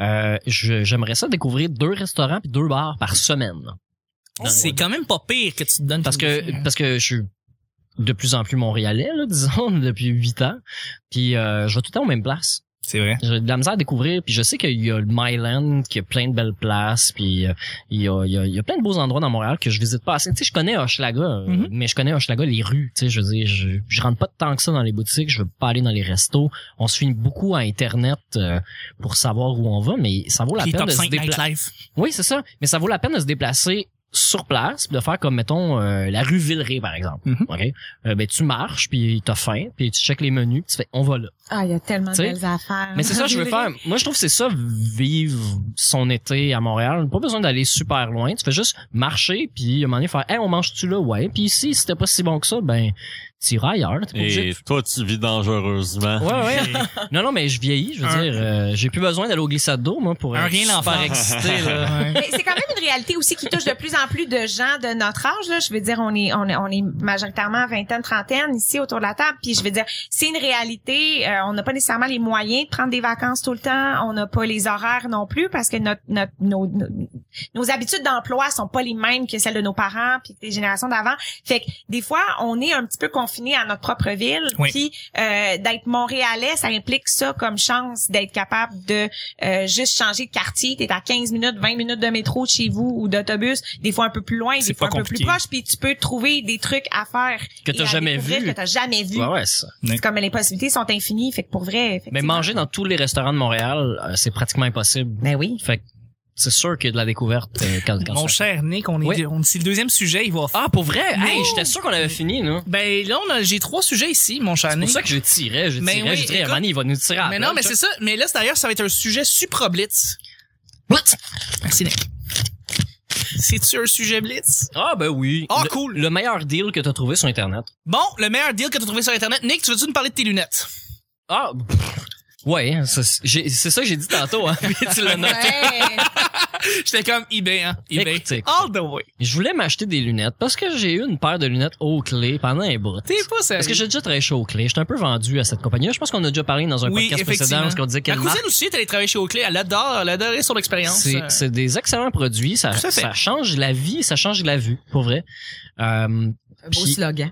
S2: Euh, je- J'aimerais ça découvrir deux restaurants puis deux bars par semaine. Dans le
S1: C'est
S2: mois
S1: quand même pas pire que tu te donnes.
S2: Parce
S1: comme défi,
S2: que
S1: hein.
S2: parce que je suis de plus en plus montréalais là, disons depuis huit ans. Puis euh, je vais tout le temps aux mêmes places.
S1: C'est vrai.
S2: J'ai de la misère à découvrir. Puis je sais qu'il y a le Myland, qu'il y a plein de belles places. Puis euh, il, y a, il, y a, il y a plein de beaux endroits dans Montréal que je visite pas assez. Tu sais, je connais Hochelaga, euh,
S1: Mhm.
S2: mais je connais Hochelaga les rues. Tu sais, je veux dire, je, je rentre pas tant que ça dans les boutiques. Je veux pas aller dans les restos. On se filme beaucoup à Internet euh, pour savoir où on va, mais ça vaut la
S1: Puis
S2: peine
S1: top
S2: de se
S1: 5
S2: déplacer.
S1: nightlife.
S2: Oui, c'est ça. Mais ça vaut la peine de se déplacer sur place, puis de faire comme, mettons, euh, la rue Villeray, par exemple.
S1: Mhm.
S2: OK? Euh, ben, tu marches, puis t'as faim, puis tu checkes les menus, puis tu fais, on va là.
S4: Ah, il y a tellement de
S2: Tu sais,
S4: belles affaires.
S2: Mais c'est ça que je veux faire. Moi, je trouve que c'est ça, vivre son été à Montréal. Pas besoin d'aller super loin. Tu fais juste marcher, puis à un moment donné, faire, hey, on mange-tu là? Ouais. Puis si c'était pas si bon que ça, ben, t'iras ailleurs. T'es pas obligé de
S3: Et toi, tu vis dangereusement.
S1: Ah
S2: Ouais, ouais.
S1: hein?
S2: non, non, mais je vieillis, je veux
S1: Un-
S2: dire, euh, j'ai plus besoin d'aller au glissade d'eau, moi, pour
S1: Un
S2: être
S1: rien
S2: super
S1: l'enfant.
S2: excité, là.
S4: Mais c'est quand même une réalité aussi qui touche de plus en plus de gens de notre âge. Là. Je veux dire, on est, on est, on est majoritairement vingtaine, trentaine ici autour de la table. Puis je veux dire, c'est une réalité. Euh, on n'a pas nécessairement les moyens de prendre des vacances tout le temps. On n'a pas les horaires non plus parce que notre, notre, nos, nos, nos habitudes d'emploi sont pas les mêmes que celles de nos parents puis des générations d'avant. Fait que des fois, on est un petit peu confinés à notre propre ville.
S1: Oui.
S4: Puis euh, d'être Montréalais, ça implique ça comme chance d'être capable de euh, juste changer de quartier. T'es à 15 minutes, 20 minutes de métro de chez vous ou d'autobus, des fois un peu plus loin,
S1: C'est
S4: des fois un
S1: pas compliqué.
S4: peu plus proche. Puis tu peux trouver des trucs à faire
S2: Que
S4: et
S2: t'as
S4: à
S2: jamais
S4: découvrir
S2: vu.
S4: que t'as jamais vu.
S2: Ouais, ouais, ça.
S4: C'est Comme les possibilités sont infinies, fait que pour vrai.
S2: Mais
S4: effectivement.
S2: manger dans tous les restaurants de Montréal, euh, c'est pratiquement impossible.
S4: Ben oui.
S2: Fait que c'est sûr qu'il y a de la découverte euh, quand, quand
S1: Mon
S2: ça-
S1: cher Nick, on est,
S2: Oui.
S1: on, c'est le deuxième sujet, il va
S2: Ah, pour vrai? Hey,
S1: Non.
S2: j'étais sûr qu'on avait fini, nous.
S1: Ben là, on a- j'ai trois sujets ici, mon cher
S2: C'est pour
S1: Nick.
S2: ça que je tirais, je
S1: Mais
S2: tirais,
S1: Ben oui,
S2: je tirais.
S1: écoute-
S2: Manny, il va nous tirer à la
S1: Mais non,
S2: plage.
S1: mais c'est ça. Mais là, c'est- d'ailleurs, ça va être un sujet supra blitz.
S2: Blitz!
S1: Merci, Nick. C'est-tu un sujet blitz?
S2: Ah, ben oui.
S1: Ah,
S2: Le-
S1: cool.
S2: Le meilleur deal que t'as trouvé sur Internet.
S1: Bon, le meilleur deal que t'as trouvé sur Internet. Nick, tu veux-tu nous parler de tes lunettes?
S2: Ah, pff, ouais, hein, ça, c'est j'ai- c'est ça que j'ai dit tantôt, hein. puis tu l'as noté.
S4: Ouais.
S1: J'étais comme eBay, hein? eBay.
S2: Écoutez,
S1: All the way.
S2: je voulais m'acheter des lunettes parce que j'ai eu une paire de lunettes Oakley pendant un bout.
S1: T'es pas sérieux.
S2: Parce que j'ai déjà travaillé chez Oakley. J'étais un peu vendu à cette compagnie. Je pense qu'on a déjà parlé dans un
S1: Oui,
S2: podcast
S1: effectivement.
S2: précédent parce qu'on disait
S1: Ma
S2: quelle
S1: cousine
S2: marque.
S1: aussi est allée travailler chez Oakley. Elle adore, elle a adoré son expérience.
S2: C'est,
S1: Euh,
S2: c'est des excellents produits. Ça,
S1: Tout à fait.
S2: ça change la vie, ça change la vue, pour vrai. Euh,
S4: Un beau
S2: Puis-
S4: slogan.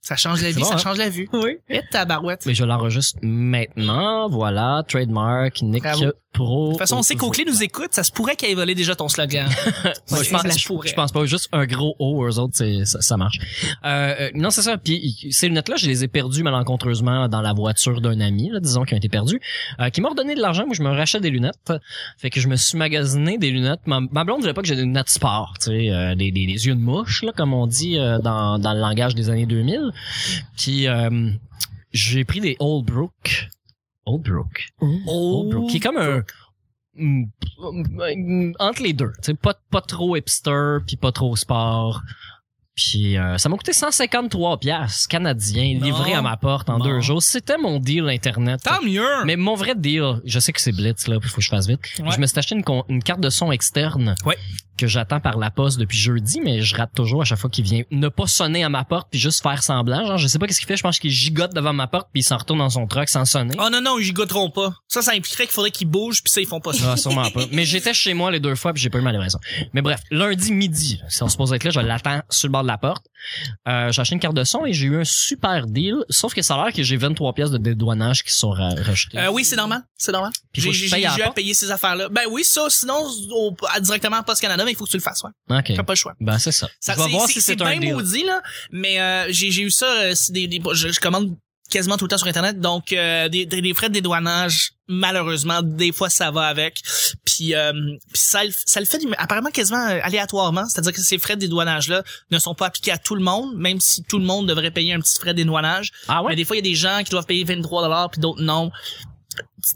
S1: Ça change la
S2: c'est
S1: vie,
S2: bon,
S1: ça
S2: hein?
S1: change la vue.
S4: Oui.
S1: Et tabarouette.
S2: mais je l'enregistre maintenant. Voilà, trademark, Nick
S1: Bravo.
S2: Pro.
S1: De toute façon, on sait qu'Oakley nous écoute. Ça se pourrait qu'elle ait volé déjà ton slogan.
S2: oh, Moi, je, pense,
S1: Ça se
S2: je,
S1: pourrait.
S2: je pense pas juste un gros O aux autres, c'est- ça, ça marche. Euh, euh, non, c'est ça. Puis y- ces lunettes-là, je les ai perdues malencontreusement dans la voiture d'un ami, là, disons, qui ont été perdues, euh, qui m'a redonné de l'argent. Moi, je me rachète des lunettes. Fait que je me suis magasiné des lunettes. Ma, ma blonde voulait pas que j'ai des lunettes sport, tu sais, euh, des, des, des yeux de mouche, là, comme on dit euh, dans, dans le langage des années 2000. Puis euh, j'ai pris des Oldbrook. Oldbrook.
S1: Oh,
S2: Oldbrook, oh, qui est comme un Mm, mm, entre les deux, tu sais, pas pas trop hipster puis pas trop sport. Puis euh, ça m'a coûté 153 pièces canadiens
S1: Bon.
S2: livré à ma porte en
S1: Bon.
S2: deux jours. C'était mon deal internet.
S1: Tant mieux!
S2: Mais mon vrai deal, je sais que c'est Blitz là, puis faut que je fasse vite.
S1: Ouais.
S2: Je me suis acheté une, con- une carte de son externe
S1: Ouais.
S2: que j'attends par la poste depuis jeudi, mais je rate toujours à chaque fois qu'il vient ne pas sonner à ma porte puis juste faire semblant. Genre, je sais pas qu'est-ce qu'il fait. Je pense qu'il gigote devant ma porte puis il s'en retourne dans son truck sans sonner.
S1: Oh non, non, ils goûteront pas. Ça, ça impliquerait qu'il faudrait qu'ils bougent, puis ça, ils font pas ça.
S2: Ah, sûrement pas. Mais j'étais chez moi les deux fois puis j'ai pas eu mal à la raison. Mais bref, lundi midi, si on se pose être là, je l'attends sur le bord de la porte. Euh, j'ai acheté une carte de son et j'ai eu un super deal, sauf que ça a l'air que j'ai 23 pièces de dédouanage qui sont ra- rejetées.
S1: Euh, oui, c'est normal, c'est normal.
S2: Puis faut
S1: J'ai
S2: que je
S1: j'ai-
S2: paye
S1: j'ai
S2: à la
S1: eu à
S2: porte.
S1: payer ces affaires-là. Ben oui, ça, sinon, au- à- directement à Post Canada, mais il faut que tu le fasses, ouais.
S2: OK.
S1: T'as pas le choix.
S2: Ben c'est ça.
S1: Ça,
S2: je vais
S1: c'est-
S2: voir
S1: c'est-
S2: si
S1: c'est
S2: c'est un
S1: bien
S2: deal.
S1: maudit, là, mais euh, j'ai j'ai eu ça, euh, c'est des, des- je, je commande quasiment tout le temps sur Internet, donc euh, des, des, des frais de dédouanage, malheureusement, des fois, ça va avec. Puis, euh, puis ça, le- ça le fait du- apparemment quasiment euh, aléatoirement, c'est-à-dire que ces frais de dédouanage-là ne sont pas appliqués à tout le monde, même si tout le monde devrait payer un petit frais de dédouanage.
S2: Ah
S1: Mais
S2: ouais.
S1: des fois, il y a des gens qui doivent payer 23 dollars puis d'autres non.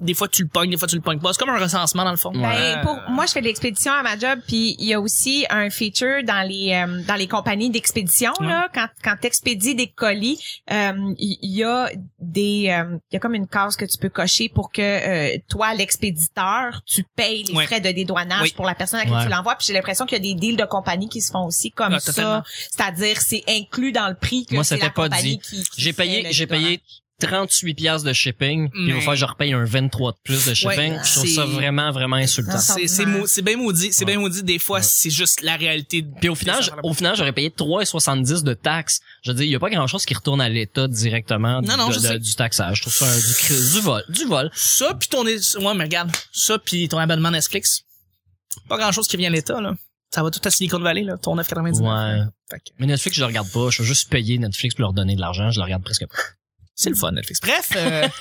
S1: Des fois, tu le pognes, des fois, tu le pognes pas. C'est comme un recensement, dans le fond.
S4: Ben, pour moi, je fais de l'expédition à ma job, puis il y a aussi un feature dans les euh, dans les compagnies d'expédition là, quand quand t'expédies des colis, euh, il y a des euh, il y a comme une case que tu peux cocher pour que euh, toi l'expéditeur, tu payes les
S1: Ouais.
S4: frais de dédouanage
S1: Oui.
S4: pour la personne à qui
S2: Ouais.
S4: tu l'envoies, puis j'ai l'impression qu'il y a des deals de compagnie qui se font aussi comme
S1: Ah, totalement.
S4: ça, c'est-à-dire c'est inclus dans le prix que
S2: Moi,
S4: c'est
S2: c'était
S4: la
S2: pas
S4: compagnie
S2: dit.
S4: qui, qui
S2: J'ai
S4: fait
S2: payé
S4: le
S2: j'ai payé 38 pièces de shipping, puis il va
S1: Mais-
S2: falloir que je repaye un 23 de plus de shipping.
S1: Ouais,
S2: je trouve ça
S1: c'est-
S2: vraiment vraiment insultant.
S4: Ah,
S1: C'est c'est mau- c'est bien maudit, c'est
S2: Ouais.
S1: bien maudit. Des fois,
S2: Ouais.
S1: c'est juste la réalité.
S2: Puis au final, j- au final, j'aurais payé 3,70 de taxes. Je veux dire, il y a pas grand-chose qui retourne à l'État directement du-
S1: Non, non,
S2: de-
S1: je
S2: de-
S1: sais.
S2: du taxage. Je trouve ça un- du, cr- du vol. Du vol.
S1: Ça, puis ton, ouais, mais regarde, ça, puis ton abonnement Netflix, pas grand chose qui vient à l'État là. Ça va tout à Silicon Valley là, ton 9,99.
S2: Ouais.
S1: Fait que
S2: Mais Netflix, je le regarde pas. Je veux juste payer Netflix pour leur donner de l'argent. Je le regarde presque pas.
S1: C'est le fun Netflix. Bref, euh,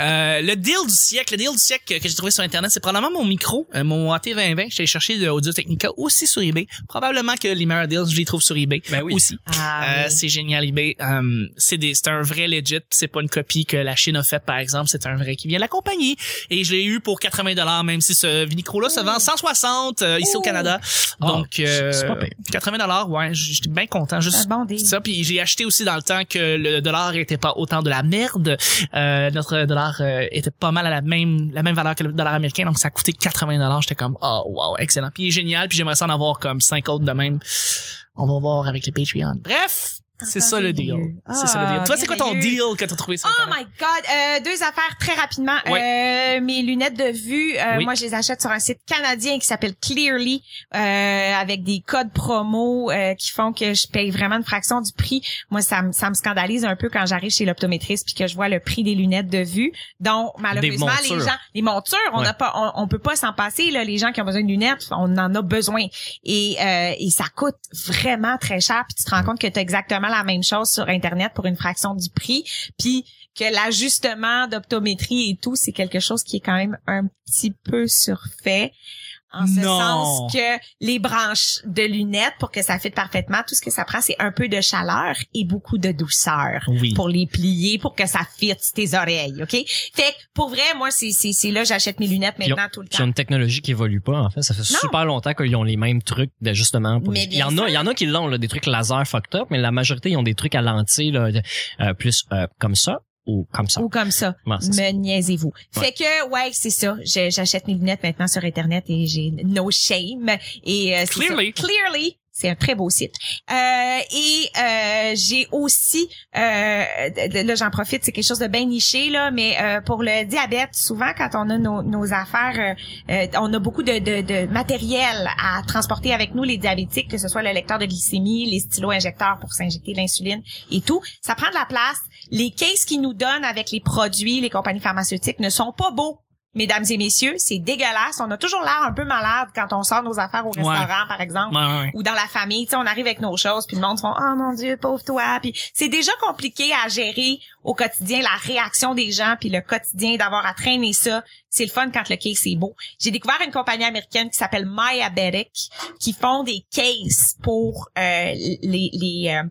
S1: euh, le deal du siècle, le deal du siècle que, que j'ai trouvé sur internet, c'est probablement mon micro, euh, mon AT2020. J'ai cherché de Audio Technica aussi sur eBay. Probablement que les meilleurs deals, je les trouve sur eBay
S2: Ben
S1: aussi. Euh,
S4: Ah,
S1: c'est génial eBay. Um, c'est des, c'est un vrai legit. pis C'est pas une copie que la Chine a faite par exemple. C'est un vrai qui vient de la compagnie. Et je l'ai eu pour 80 dollars, même si ce micro-là se vend 160 euh, ici au
S4: Ouh.
S1: Canada.
S2: Ah,
S1: Donc euh,
S2: c'est pas pire.
S1: 80 dollars, ouais, j- j'étais bien content.
S4: c'est un
S1: Juste
S4: Ah bon deal.
S1: ça. Puis j'ai acheté aussi dans le temps que le dollar était pas autant de la merde. Euh, notre dollar euh, était pas mal à la même la même valeur que le dollar américain. Donc ça coûtait 80 dollars. J'étais comme oh wow excellent. Puis il est génial. Puis j'aimerais ça en avoir comme 5 autres de même. On va voir avec les Patreon. Bref, C'est ça le deal.
S4: Ah,
S1: c'est ça le deal. Toi, c'est quoi ton
S4: merveilleux.
S1: deal que t'as trouvé sur
S4: Oh
S1: Internet?
S4: my God! Euh, deux affaires très rapidement. Euh, mes lunettes de vue, euh,
S2: Oui.
S4: moi, je les achète sur un site canadien qui s'appelle Clearly, euh, avec des codes promo euh, qui font que je paye vraiment une fraction du prix. Moi, ça, me- ça me scandalise un peu quand j'arrive chez l'optométriste puis que je vois le prix des lunettes de vue. Donc, malheureusement, les
S2: montures.
S4: gens, les montures, on
S2: Ouais.
S4: n'a pas, on, on peut pas s'en passer. Là, les gens qui ont besoin de lunettes, on en a besoin. Et, euh, et ça coûte vraiment très cher. Puis tu te rends compte que tu as exactement la même chose sur Internet pour une fraction du prix. Puis que l'ajustement d'optométrie et tout, c'est quelque chose qui est quand même un petit peu surfait. En ce
S1: Non.
S4: sens que les branches de lunettes, pour que ça fitte parfaitement, tout ce que ça prend, c'est un peu de chaleur et beaucoup de douceur
S1: Oui.
S4: pour les plier, pour que ça fitte tes oreilles, OK? Fait que, pour vrai, moi, c'est, c'est, c'est là que j'achète mes lunettes
S2: Puis
S4: maintenant tout le
S2: Qui ont
S4: temps.
S2: une technologie qui évolue pas, en fait. Ça fait super longtemps qu'ils ont les mêmes trucs d'ajustement. pour-
S4: Mais
S2: Il y
S4: bien
S2: en a, il y en a qui l'ont, là, des trucs laser fucked up, mais la majorité, ils ont des trucs à lentilles, là, de- euh, plus, euh, comme ça, ou comme ça.
S4: Ou comme ça.
S2: Ouais, c'est ça.
S4: Me niaisez-vous.
S2: Ouais.
S4: Fait que, ouais, c'est ça. Je- j'achète mes lunettes maintenant sur Internet et j'ai no shame. Et, euh, c'est
S1: Clearly.
S4: ça. Clearly. C'est un très beau site. Euh, et euh, j'ai aussi, euh, de- de- là j'en profite, c'est quelque chose de bien niché là, mais euh, pour le diabète, souvent quand on a nos, nos affaires euh, Euh, on a beaucoup de, de- de matériel à transporter avec nous, les diabétiques, que ce soit le lecteur de glycémie, les stylos injecteurs pour s'injecter de l'insuline et tout. Ça prend de la place. Les cases qu'ils nous donnent avec les produits, les compagnies pharmaceutiques ne sont pas beaux. Mesdames et messieurs, c'est dégueulasse. On a toujours l'air un peu malade quand on sort nos affaires au
S1: Ouais.
S4: restaurant, par exemple
S1: Ouais, ouais, ouais.
S4: ou dans la famille, tu sais, on arrive avec nos choses, puis le monde font oh mon dieu, pauvre toi, puis c'est déjà compliqué à gérer au quotidien la réaction des gens, puis le quotidien d'avoir à traîner ça. C'est le fun quand le case est beau. J'ai découvert une compagnie américaine qui s'appelle MyAbetic qui font des cases pour euh, les les, euh,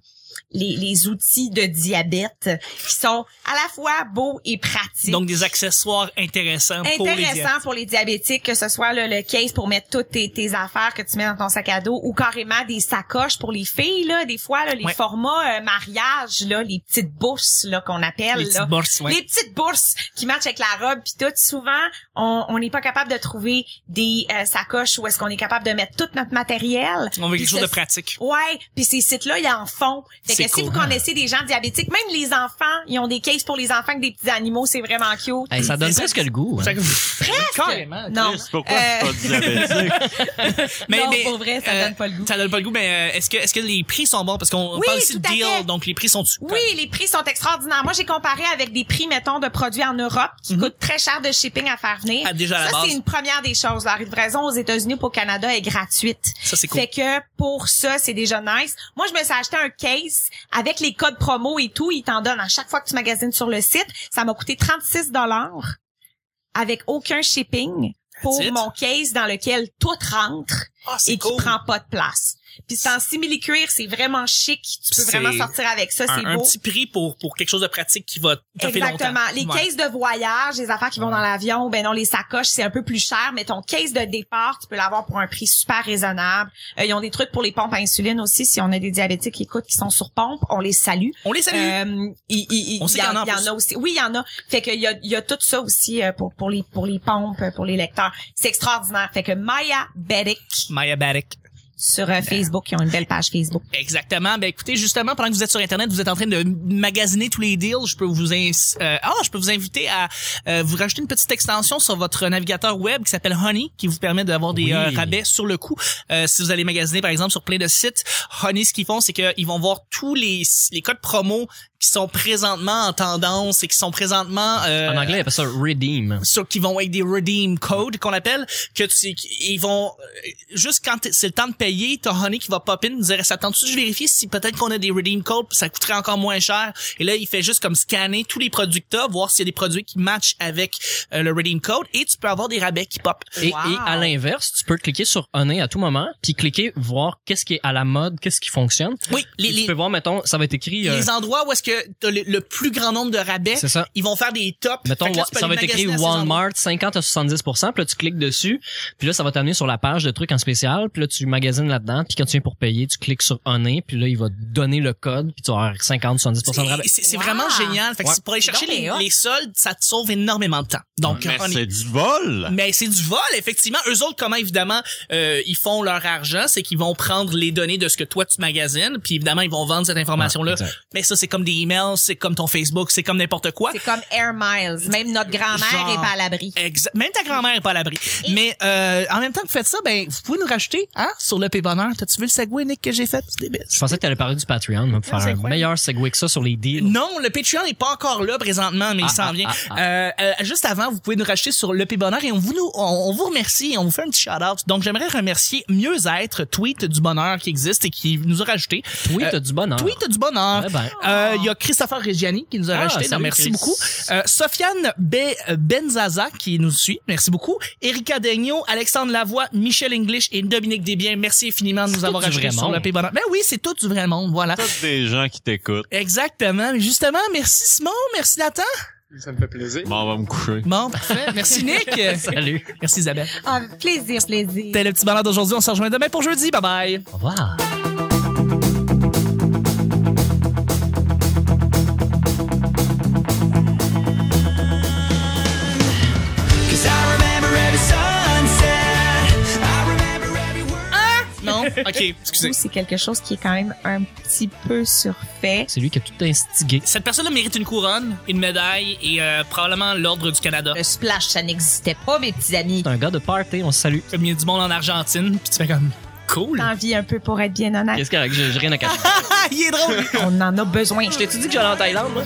S4: les les outils de diabète qui sont à la fois beaux et pratiques
S1: Donc, des accessoires intéressants pour les diètes.
S4: intéressant pour les diabétiques, que ce soit le, le case pour mettre toutes tes, tes affaires que tu mets dans ton sac à dos ou carrément des sacoches pour les filles là, des fois là, les
S1: Ouais.
S4: formats euh, mariage là, les petites bourses là qu'on appelle
S1: Les
S4: là.
S1: petites bourses, ouais.
S4: Les petites bourses qui matchent avec la robe puis tout souvent on on n'est pas capable de trouver des euh, sacoches où est-ce qu'on est capable de mettre tout notre matériel.
S1: On veut
S4: Puis
S1: quelque chose
S4: ce-
S1: de pratique.
S4: Ouais, puis ces sites-là, ils en font. Fait
S1: C'est
S4: que si
S1: cool.
S4: vous connaissez des gens diabétiques, même les enfants, ils ont des cases pour les enfants avec des petits animaux, c'est vraiment cute.
S2: Hey, ça donne
S1: C'est-
S2: presque le goût. hein.
S1: Carrément.
S4: Non.
S3: Chris, pourquoi
S4: Euh,
S3: tu suis pas diabétique?
S1: Mais,
S4: non,
S1: mais,
S4: pour vrai, ça
S1: euh,
S4: donne pas le goût.
S1: Ça donne pas le goût, mais euh, est-ce que, est-ce que les prix sont bons? Parce qu'on
S4: Oui,
S1: parle ici de
S4: tout à
S1: deal,
S4: fait.
S1: donc les prix sont
S4: Oui, les prix sont extraordinaires. Moi, j'ai comparé avec des prix, mettons, de produits en Europe qui coûtent très cher de shipping à faire venir.
S1: Mhm. Ah, déjà à la
S4: ça,
S1: base.
S4: c'est une première des choses. La livraison aux États-Unis pour le Canada est gratuite.
S1: Ça, c'est cool.
S4: Fait que pour ça, c'est déjà nice. Moi, je me suis acheté un case avec les codes promo et tout. Ils t'en donnent à chaque fois que tu magasines sur le site. Ça m'a coûté 36 dollars avec aucun shipping pour
S1: That's it.
S4: mon case dans lequel tout rentre
S1: Ah,
S4: et qui prend pas de place. Puis c'est en simili-cuir, c'est vraiment chic. Tu peux
S1: C'est
S4: vraiment sortir avec ça, c'est
S1: Un, un
S4: beau.
S1: petit prix pour, pour quelque chose de pratique qui va te faire longtemps.
S4: Exactement. Les
S1: Ouais.
S4: cases de voyage, les affaires qui vont dans l'avion, ben non, les sacoches, c'est un peu plus cher, mais ton case de départ, tu peux l'avoir pour un prix super raisonnable. Euh, ils ont des trucs pour les pompes à insuline aussi. Si on a des diabétiques qui écoutent, qui sont sur pompe, on les salue.
S1: On les salue.
S4: Euh, il, il- il-
S1: On sait
S4: il y
S1: qu'il y en a
S4: en, il y
S1: en plus.
S4: en a aussi. Oui, il y en a. Fait qu'il y a, il y a tout ça aussi euh, pour, pour, les, pour les pompes, euh, pour les lecteurs. C'est extraordinaire. Fait que Maya Bedick
S1: Maya Barrick.
S4: sur euh, Facebook, ils ont une belle page Facebook.
S1: Exactement. Ben écoutez, justement, pendant que vous êtes sur internet, vous êtes en train de magasiner tous les deals. Je peux vous in- euh, ah, je peux vous inviter à euh, vous rajouter une petite extension sur votre navigateur web qui s'appelle Honey, qui vous permet d'avoir des
S2: Oui.
S1: euh, rabais sur le coup. Euh, si vous allez magasiner par exemple sur plein de sites, Honey, ce qu'ils font, c'est qu'ils vont voir tous les les codes promo qui sont présentement en tendance et qui sont présentement euh,
S2: En anglais, ils appellent ça redeem.
S1: ceux qui vont avec des redeem codes qu'on appelle que tu qui- ils vont euh, juste quand t'es- c'est le temps de payer t'as Honey qui va pop in nous dire ça tente tu je vérifie si peut-être qu'on a des redeem codes ça coûterait encore moins cher et là il fait juste comme scanner tous les produits que t'as voir s'il y a des produits qui matchent avec euh, le redeem code et tu peux avoir des rabais qui pop
S2: Et,
S4: Wow.
S2: et à l'inverse, tu peux cliquer sur Honey à tout moment, puis cliquer voir qu'est-ce qui est à la mode, qu'est-ce qui fonctionne.
S1: oui les,
S2: tu
S1: les,
S2: peux voir, mettons, ça va être écrit. euh,
S1: les endroits où est-ce que que t'as le, le plus grand nombre de rabais.
S2: C'est ça.
S1: Ils vont faire des tops.
S2: Mettons,
S1: Fait que là,
S2: wa-
S1: tu peux
S2: ça va
S1: aller
S2: être écrit
S1: magasiner à ces endroits.
S2: Walmart 50 à 70 puis là tu cliques dessus, puis là ça va t'amener sur la page de trucs en spécial, puis là tu magasines là-dedans, puis quand tu viens pour payer, tu cliques sur Honey, puis là il va te donner le code, puis tu vas avoir 50 70 de rabais.
S1: C'est- C'est c'est
S4: Wow.
S1: vraiment génial. Fait que
S2: Ouais.
S1: c'est pour aller chercher
S4: Donc,
S1: les,
S4: mais hot.
S1: les soldes, ça te sauve énormément de temps. Donc,
S3: Mais
S1: on est-
S3: c'est du vol!
S1: Mais c'est du vol, effectivement. Eux autres, comment évidemment euh, ils font leur argent, c'est qu'ils vont prendre les données de ce que toi tu magasines, puis évidemment ils vont vendre cette information-là.
S2: Ouais, exact.
S1: mais ça, c'est comme des emails, c'est comme ton Facebook, c'est comme n'importe quoi.
S4: C'est comme Air Miles. Même notre grand-mère
S1: Genre.
S4: est pas à l'abri.
S1: Exact. Même ta grand-mère est pas à l'abri. Mais euh, en même temps que vous faites ça, ben vous pouvez nous rajouter hein, sur le P-Bonheur. T'as-tu vu le segway, Nick, que j'ai fait? C'est débile.
S2: Je pensais que t'allais parler du Patreon, mais pour faire
S1: c'est
S2: un
S1: quoi?
S2: meilleur segway que ça sur les deals.
S1: Non, le Patreon n'est pas encore là présentement,
S2: Ah,
S1: mais il s'en vient. Euh, euh, juste avant, vous pouvez nous racheter sur le P Bonheur et on vous nous, on, on vous remercie et on vous fait un petit shout out. Donc j'aimerais remercier Mieux être tweet du bonheur qui existe et qui nous a rajouté.
S2: Oui,
S1: Euh,
S2: t'as du bonheur.
S1: Tweet du bonheur.
S2: Eh ben.
S1: Euh, Il y a Christopher Reggiani qui nous a
S2: Ah,
S1: rajouté.
S2: salut,
S1: Donc, merci
S2: Chris.
S1: beaucoup. Euh, Sofiane Be- euh, Benzaza qui nous suit. Merci beaucoup. Erika Degno, Alexandre Lavoie, Michel English et Dominique Desbiens. Merci infiniment de nous
S2: tout
S1: avoir
S2: du
S1: rajoutés
S2: vrai
S1: sur le
S2: monde.
S1: P Bonheur. Ben oui, c'est tout du vrai monde. Voilà.
S3: Toutes des gens qui t'écoutent.
S1: Exactement. Mais justement, merci Simon, merci Nathan.
S5: Ça me fait plaisir.
S3: Bon, on va me coucher.
S1: Bon, parfait. Merci Nick.
S2: Salut.
S1: Merci Isabelle.
S4: Ah, plaisir, plaisir.
S1: C'était le petit balade d'aujourd'hui. On se rejoint demain pour jeudi. Bye bye.
S2: Au revoir.
S1: Hein? Non? OK, excusez.
S4: Nous, C'est quelque chose qui est quand même un petit peu surfait.
S2: C'est lui qui a tout instigué.
S1: Cette personne-là mérite une couronne, une médaille et euh, probablement l'Ordre du Canada.
S4: Le splash, ça n'existait pas, mes petits amis.
S2: C'est un gars de party, on se salue.
S1: Comme il y a du monde en Argentine, puis tu fais comme cool.
S4: T'envie un peu pour être bien honnête.
S2: Qu'est-ce qu'il y a? J'ai j'ai rien à cacher.
S1: Ah, il est drôle.
S4: On en a besoin.
S1: Je t'ai-tu dit que j'allais en Thaïlande, moi?